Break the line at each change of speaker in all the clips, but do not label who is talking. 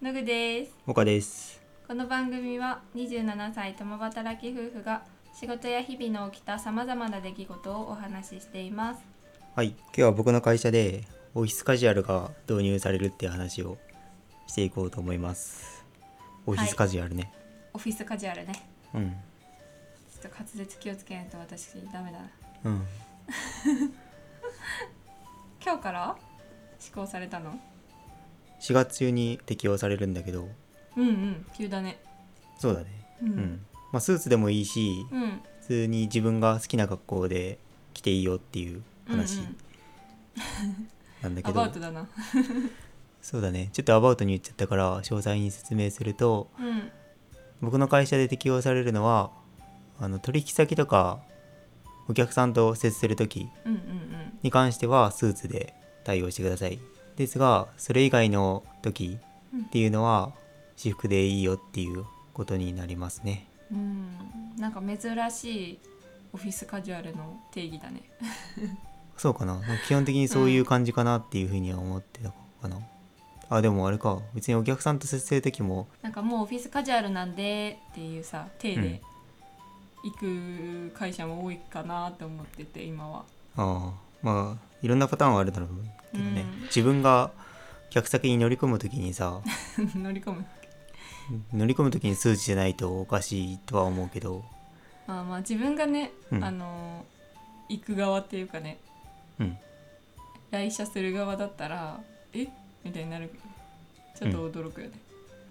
のぐです
岡です。
この番組は27歳共働き夫婦が仕事や日々の起きた様々な出来事をお話ししています
はい、今日は僕の会社でオフィスカジュアルが導入されるっていう話をしていこうと思います。オフィスカジュアルね。
オフィスカジュアルね
うん。
ちょっと滑舌気をつけないと私ダメだな
うん。
今日から施行されたの
4月中に適用されるんだけど、
うんうん急だね
そうだね。
う
うん。まあスーツでもいいし、
うん
普通に自分が好きな格好で着ていいよっていう話
うんうん
なんだ
ア
けど、
バウトだな
そうだね。ちょっとアバウトに言っちゃったから詳細に説明すると、
うん
僕の会社で適用されるのはあの取引先とかお客さんと接する時
うんうん
に関してはスーツで対応してくださいですがそれ以外の時っていうのは私服でいいよっていうことになりますね
うんうんなんか珍しいオフィスカジュアルの定義だね
そうかななんか基本的にそういう感じかなっていうふうには思ってたかな、あでもあれか別にお客さんと接する時も
なんかもうオフィスカジュアルなんでっていうさ手で行く会社も多いかなと思ってて今は
ああまあいろんなパターンはあるだろうけどね、
うん
自分が客先に乗り込む時にさ
乗り込む
乗り込む時に数値じゃないとおかしいとは思うけど
まあまあ自分がね、
うん
あの行く側っていうかね
うん
来社する側だったらえみたいになるちょっと驚くよね、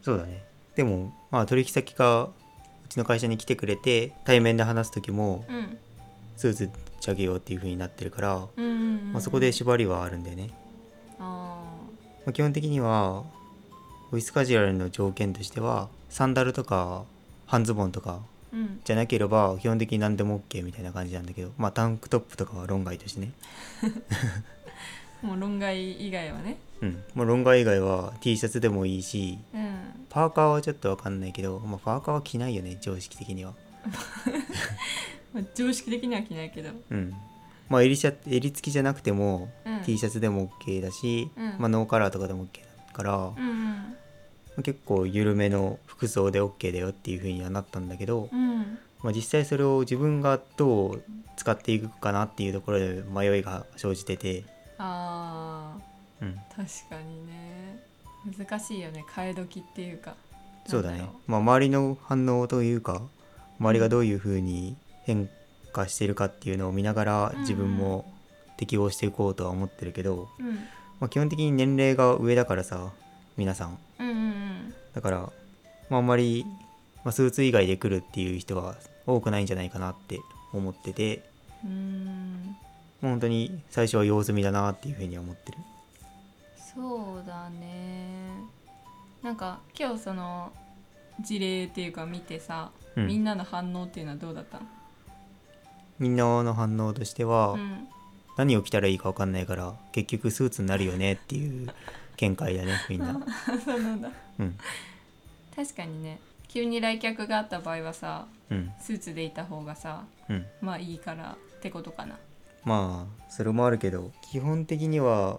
そうだねでもまあ取引先がうちの会社に来てくれて対面で話す時も
うん、うん
スーツ着用っていう風になってるから、
うんうんうん
まあ、そこで縛りはあるんだよね、
あ
まあ、基本的にはオフィスカジュアルの条件としてはサンダルとか半ズボンとか
ーうん
じゃなければ基本的に何でも OK みたいな感じなんだけどまあタンクトップとかは論外としてね
もう論外以外はね
うんもう論外以外は T シャツでもいいし
うん
パーカーはちょっとわかんないけど、まあ、パーカーは着ないよね常識的には
まあ常識的には着ないけど、
うんまあ襟シャ襟付きじゃなくても
うん
T シャツでも OK だし、
うん
まあ、ノーカラーとかでも OK だから、ま
うん
あ結構緩めの服装で OK だよっていう風にはなったんだけど、
うんうん
まあ、実際それを自分がどう使っていくかなっていうところで迷いが生じてて、
ああ
うん、
確かにね難しいよね替え時っていうか
そうだね
なんろ
まあ、周りの反応というか周りがどういう風に変化してるかっていうのを見ながら
うん
自分も適応していこうとは思ってるけど、
ううん、
まあ、基本的に年齢が上だからさ皆さん
うんうんうん
だから、まあ、あんまり、まあ、スーツ以外で来るっていう人は多くないんじゃないかなって思ってて、
うーん
まあ、本当に最初は様子見だなっていうふうには思ってる
そうだねなんか今日その事例っていうか見てさ、
うん
みんなの反応っていうのはどうだったの
みんなの反応としては、
うん、
何を着たらいいか分かんないから結局スーツになるよねっていう見解だねみんな
そうなんだ
うん
確かにね急に来客があった場合はさ
うん
スーツでいた方がさ
うん
まあいいからってことかな
まあそれもあるけど基本的には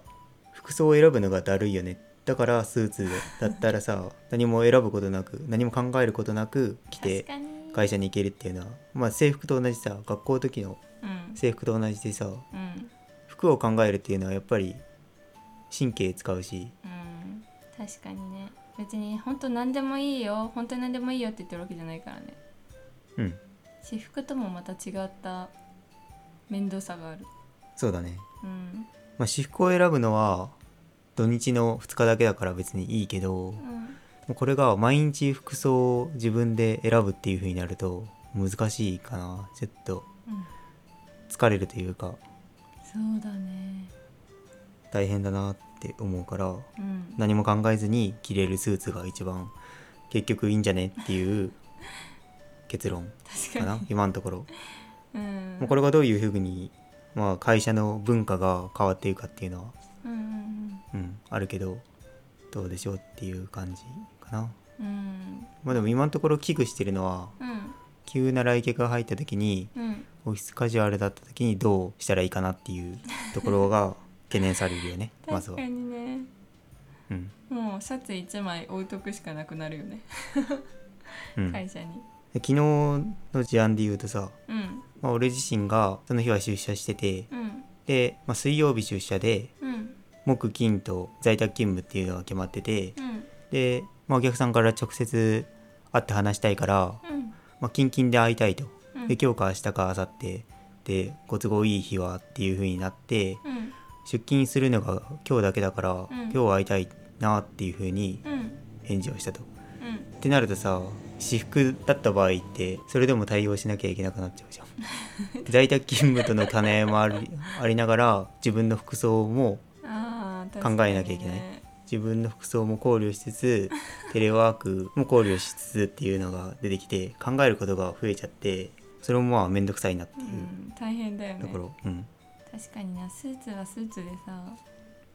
服装を選ぶのがだるいよねだからスーツだったらさ何も選ぶことなく何も考えることなく着て
確かに
会社に行けるっていうのは、まあ、制服と同じさ学校の時の
うん
制服と同じでさ
うん
服を考えるっていうのはやっぱり神経使うし
うん確かにね別に本当何でもいいよ本当に何でもいいよって言ってるわけじゃないからね
うん
私服ともまた違った面倒さがある
そうだね、
うん、
まあ、私服を選ぶのは土日の2日だけだから別にいいけど
うん、
もうこれが毎日服装を自分で選ぶっていう風になると難しいかなちょっと
うん
疲れるというか
そうだね
大変だなって思うから
うん
何も考えずに着れるスーツが一番結局いいんじゃねっていう結論
確
か
か
な今のところ
にうん
もうこれがどういう風に、まあ、会社の文化が変わっていくかっていうのは、
うんうん
うん、あるけどどうでしょうっていう感じかな
うんうん
まあでも今のところ危惧してるのは
うん
急な来客が入った時に
うん
オフィスカジュアルだった時にどうしたらいいかなっていうところが懸念されるよねま ず
確
は
か、にね、
うん、
もうシャツ1枚置いとくしかなくなるよね、
うん
会社に
で昨日の事案で言うとさ、
うん
まあ、俺自身がその日は出社してて
うん
で、まあ、水曜日出社で
うん
木金と在宅勤務っていうのが決まってて
うん
で、まあ、お客さんから直接会って話したいから、
うん
まあ、近々で会いたいと
うん
で今日か明日か明後日でご都合いい日はっていう風になって
うん
出勤するのが今日だけだから、今日は会いたいなっていう風に
うん
返事をしたと。
うん
ってなるとさ私服だった場合ってそれでも対応しなきゃいけなくなっちゃう じゃん在宅勤務との兼ね合いもありありながら自分の服装も
あー
考えなきゃい
確か
けない
にね
自分の服装も考慮しつつ テレワークも考慮しつつっていうのが出てきて考えることが増えちゃってそれもまあ面倒くさいなって
う
いうん
大変だよね
ところ、うん
確かになスーツはスーツでさ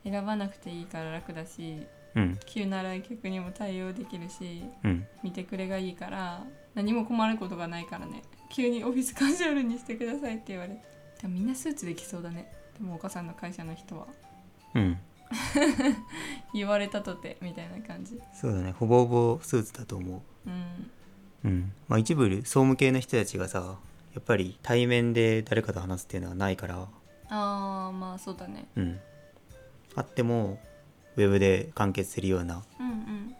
選ばなくていいから楽だし
うん
急な来客にも対応できるし
うん
見てくれがいいから何も困ることがないからね急にオフィスカジュアルにしてくださいって言われてでもみんなスーツできそうだねでも岡さんの会社の人は
うん
言われたとてみたいな感じ
そうだねほぼほぼスーツだと思
うん
ううんまあ一部総務系の人たちがさやっぱり対面で誰かと話すっていうのはないから
あーまあそうだね
うん、あってもウェブで完結するような
うんうん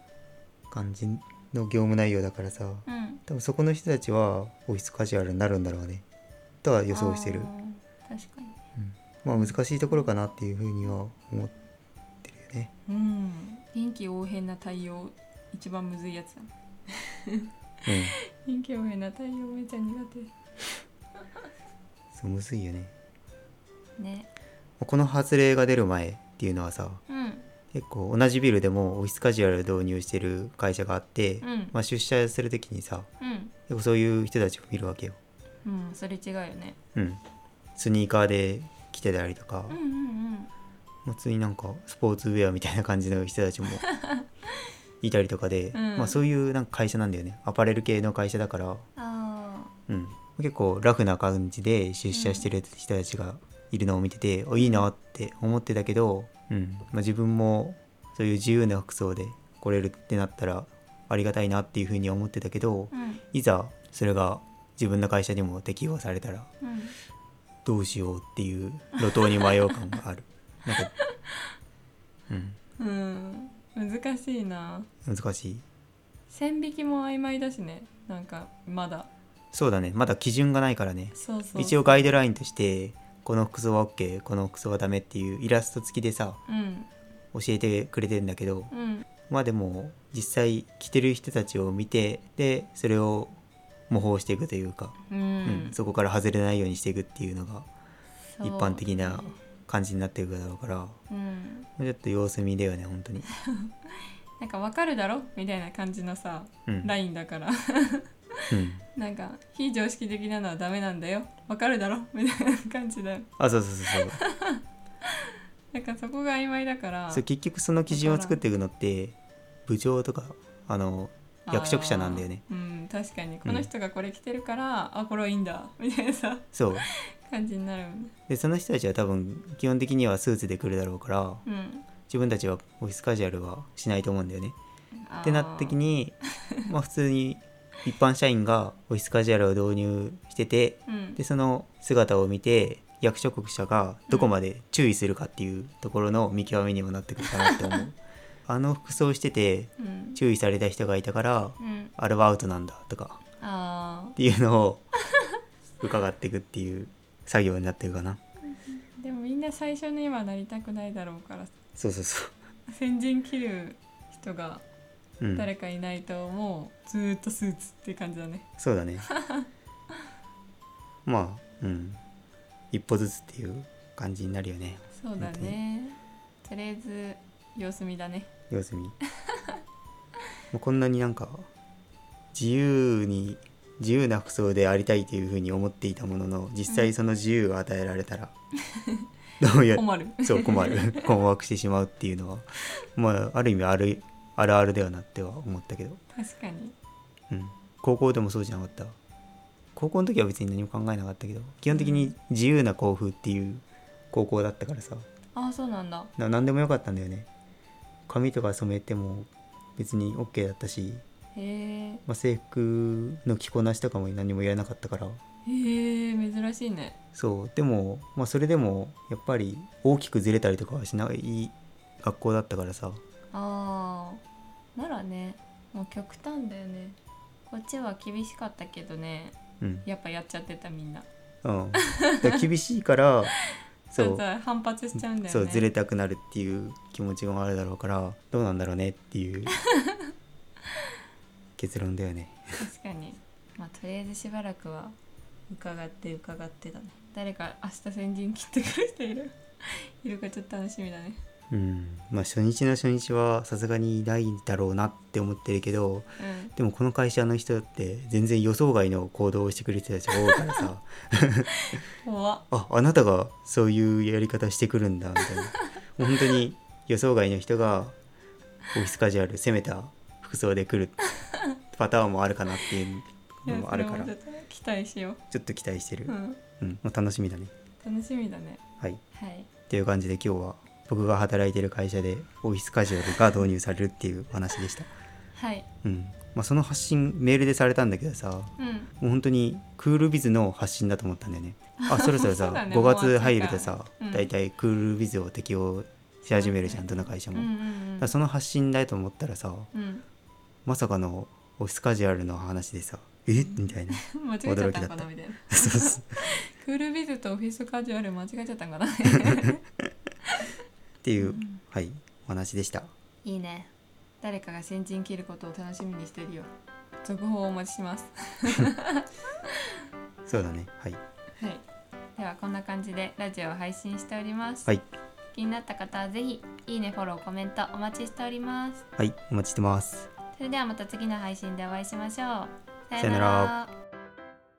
感じの業務内容だからさ
うん
多分そこの人たちはオフィスカジュアルになるんだろうねとは予想してる
あー確かに
まあ難しいところかなっていうふうには思ってるよね
うん臨機応変な対応一番むずいやつだね
うん
臨機応変な対応めっちゃ苦
そうむずいよね
手ね
この発令が出る前っていうのはさ
うん
結構同じビルでもオフィスカジュアル導入してる会社があって、
うん
まあ、出社する時にさ
うん
結構そういう人たちを見るわけよ
うんそれ違うよね
うんスニーカーで来てたりとか、
うんうん
まあ普通になんかスポーツウェアみたいな感じの人た ちもいたりとかで、
うん
まあ、そういうなんか会社なんだよねアパレル系の会社だから、
うんあ
うん、結構ラフな感じで出社してる人たちがいるのを見てて、おいいなって思ってたけど、うんまあ、自分もそういう自由な服装で来れるってなったらありがたいなっていうふうに思ってたけど
あうん
いざそれが自分の会社にも適用されたら
うん
どうしようっていう路頭に迷う感があるなんかうん
うん難しいな
難しい
線引きも曖昧だしねなんかまだ
そうだねまだ基準がないからね
そうそう
一応ガイドラインとしてこの服装は OK この服装はダメっていうイラスト付きでさ
うん
教えてくれてんだけど
うん
まあでも実際着てる人たちを見てでそれを模倣していくというか、
う
うん
ん、
そこから外れないようにしていくっていうのが
そう
一般的な感じになっていくだろうから
うん
ちょっと様子見だよね本当に、
なんかわかるだろみたいな感じのさ
うん
ラインだから
うん、
なんか非常識的なのはダメなんだよわかるだろみたいな感じだよ
あそうそうそうそう
なんかそこが曖昧だから
そう結局その基準を作っていくのって部長とかあの
あー
役職者なんだよね
うん確かにこの人がこれ着てるから、あこれはいいんだ みたいなさ
そう
感じになるよね
でその人たちは多分基本的にはスーツで来るだろうから
うん
自分たちはオフィスカジュアルはしないと思うんだよね
あー
ってなった時にまあ普通に一般社員がオフィスカジュアルを導入してて
うん
でその姿を見て役職者がどこまで注意するかっていうところの見極めにもなってくるかなって思うあの服装してて
うん
注意された人がいたから
うん
あれはアウトなんだとか
あ
っていうのを伺っていくっていう作業になってるかな
ーでもみんな最初にはなりたくないだろうから
そうそうそ
先陣切る人が
う、うん、
誰かいないともうずーっとスーツっていう感じだね
そうだね まあうん一歩ずつっていう感じになるよね
そうだねとりあえず様子見だね
様子 見もうこんなになんか自由に自由な服装でありたいというふうに思っていたものの実際その自由が与えられたら、どうや
困る
そう困る困惑してしまうっていうのはまあある意味あるあるあるではなっては思ったけど、
確かに
うん、高校でもそうじゃなかった高校の時は別に何も考えなかったけど基本的に自由な校風っていう高校だったからさ
ああそうなんだ
な何でもよかったんだよね髪とか染めても別に OK だったし、
へえ
まあ、制服の着こなしとかも何もやらなかったから
へえ珍しいね
そうでも、まあ、それでもやっぱり大きくずれたりとかはしない学校だったからさ
ああならねもう極端だよねこっちは厳しかったけどね
うん、
やっぱやっちゃってたみんな
うん、だから厳しいから
そ
そうう
そう反発しちゃうんだよね
そうずれたくなるっていう気持ちもあるだろうからどうなんだろうねっ ていう結論だよね
確かにまあとりあえずしばらくは伺って伺ってだね誰か明日先陣切ってくる人いるいるかちょっと楽しみだね
うんまあ初日の初日はさすがにないだろうなって思ってるけど
うん
でもこの会社の人って全然予想外の行動をしてくれてた人が多いか らさ
怖っ
ああなたがそういうやり方してくるんだみたいなもう本当に予想外の人がオフィスカジュアル攻めた服装で来るパターンもあるかなっていう
い
の
や
もあるから
それもちょっと期待しよ
ちょっと期待してる
う、う、ん、
うんまあ、楽しみだね
楽しみだね
はいっ
はい
ていう感じで今日は僕が働いてる会社でオフィスカジュアルが導入されるっていうお話 でした、
はい
うんまあ、その発信メールでされたんだけどさ
うん
もう本当にクールビズの発信だと思った んだよねあそろそろ
そ
さ、
うだねも
5
う暑い
月入
か
る
ら
とさ
うん
大体、クールビズを適用し始めるじゃんどの会社
うん
も、
うん
だか
う
ら
ん
その発信だと思ったらさ
うん、
まさかのオフィスカジュアルの話でさえ みたいな
間違えちゃった
驚き
の
だ
か
った
なみたいな
そうそう
クールビズとオフィスカジュアル間違えちゃったん かな
っていう、
うん
はいお話でした
いいね誰かが先陣切ることを楽しみにしてるよ続報をお待ちします
そうだねはい
はいではこんな感じでラジオを配信しております、
はい
気になった方はぜひいいねフォローコメントお待ちしております
はいお待ちしてます
それではまた次の配信でお会いしましょうさ
さよなら